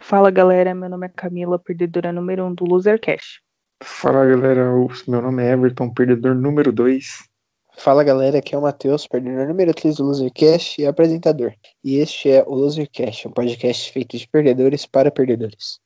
Fala galera, meu nome é Camila, perdedora número 1 um do Losercast. Fala galera, o meu nome é Everton, perdedor número 2. Fala galera, aqui é o Matheus, perdedor número 3 do Losercast e apresentador. E este é o Losercast, um podcast feito de perdedores para perdedores.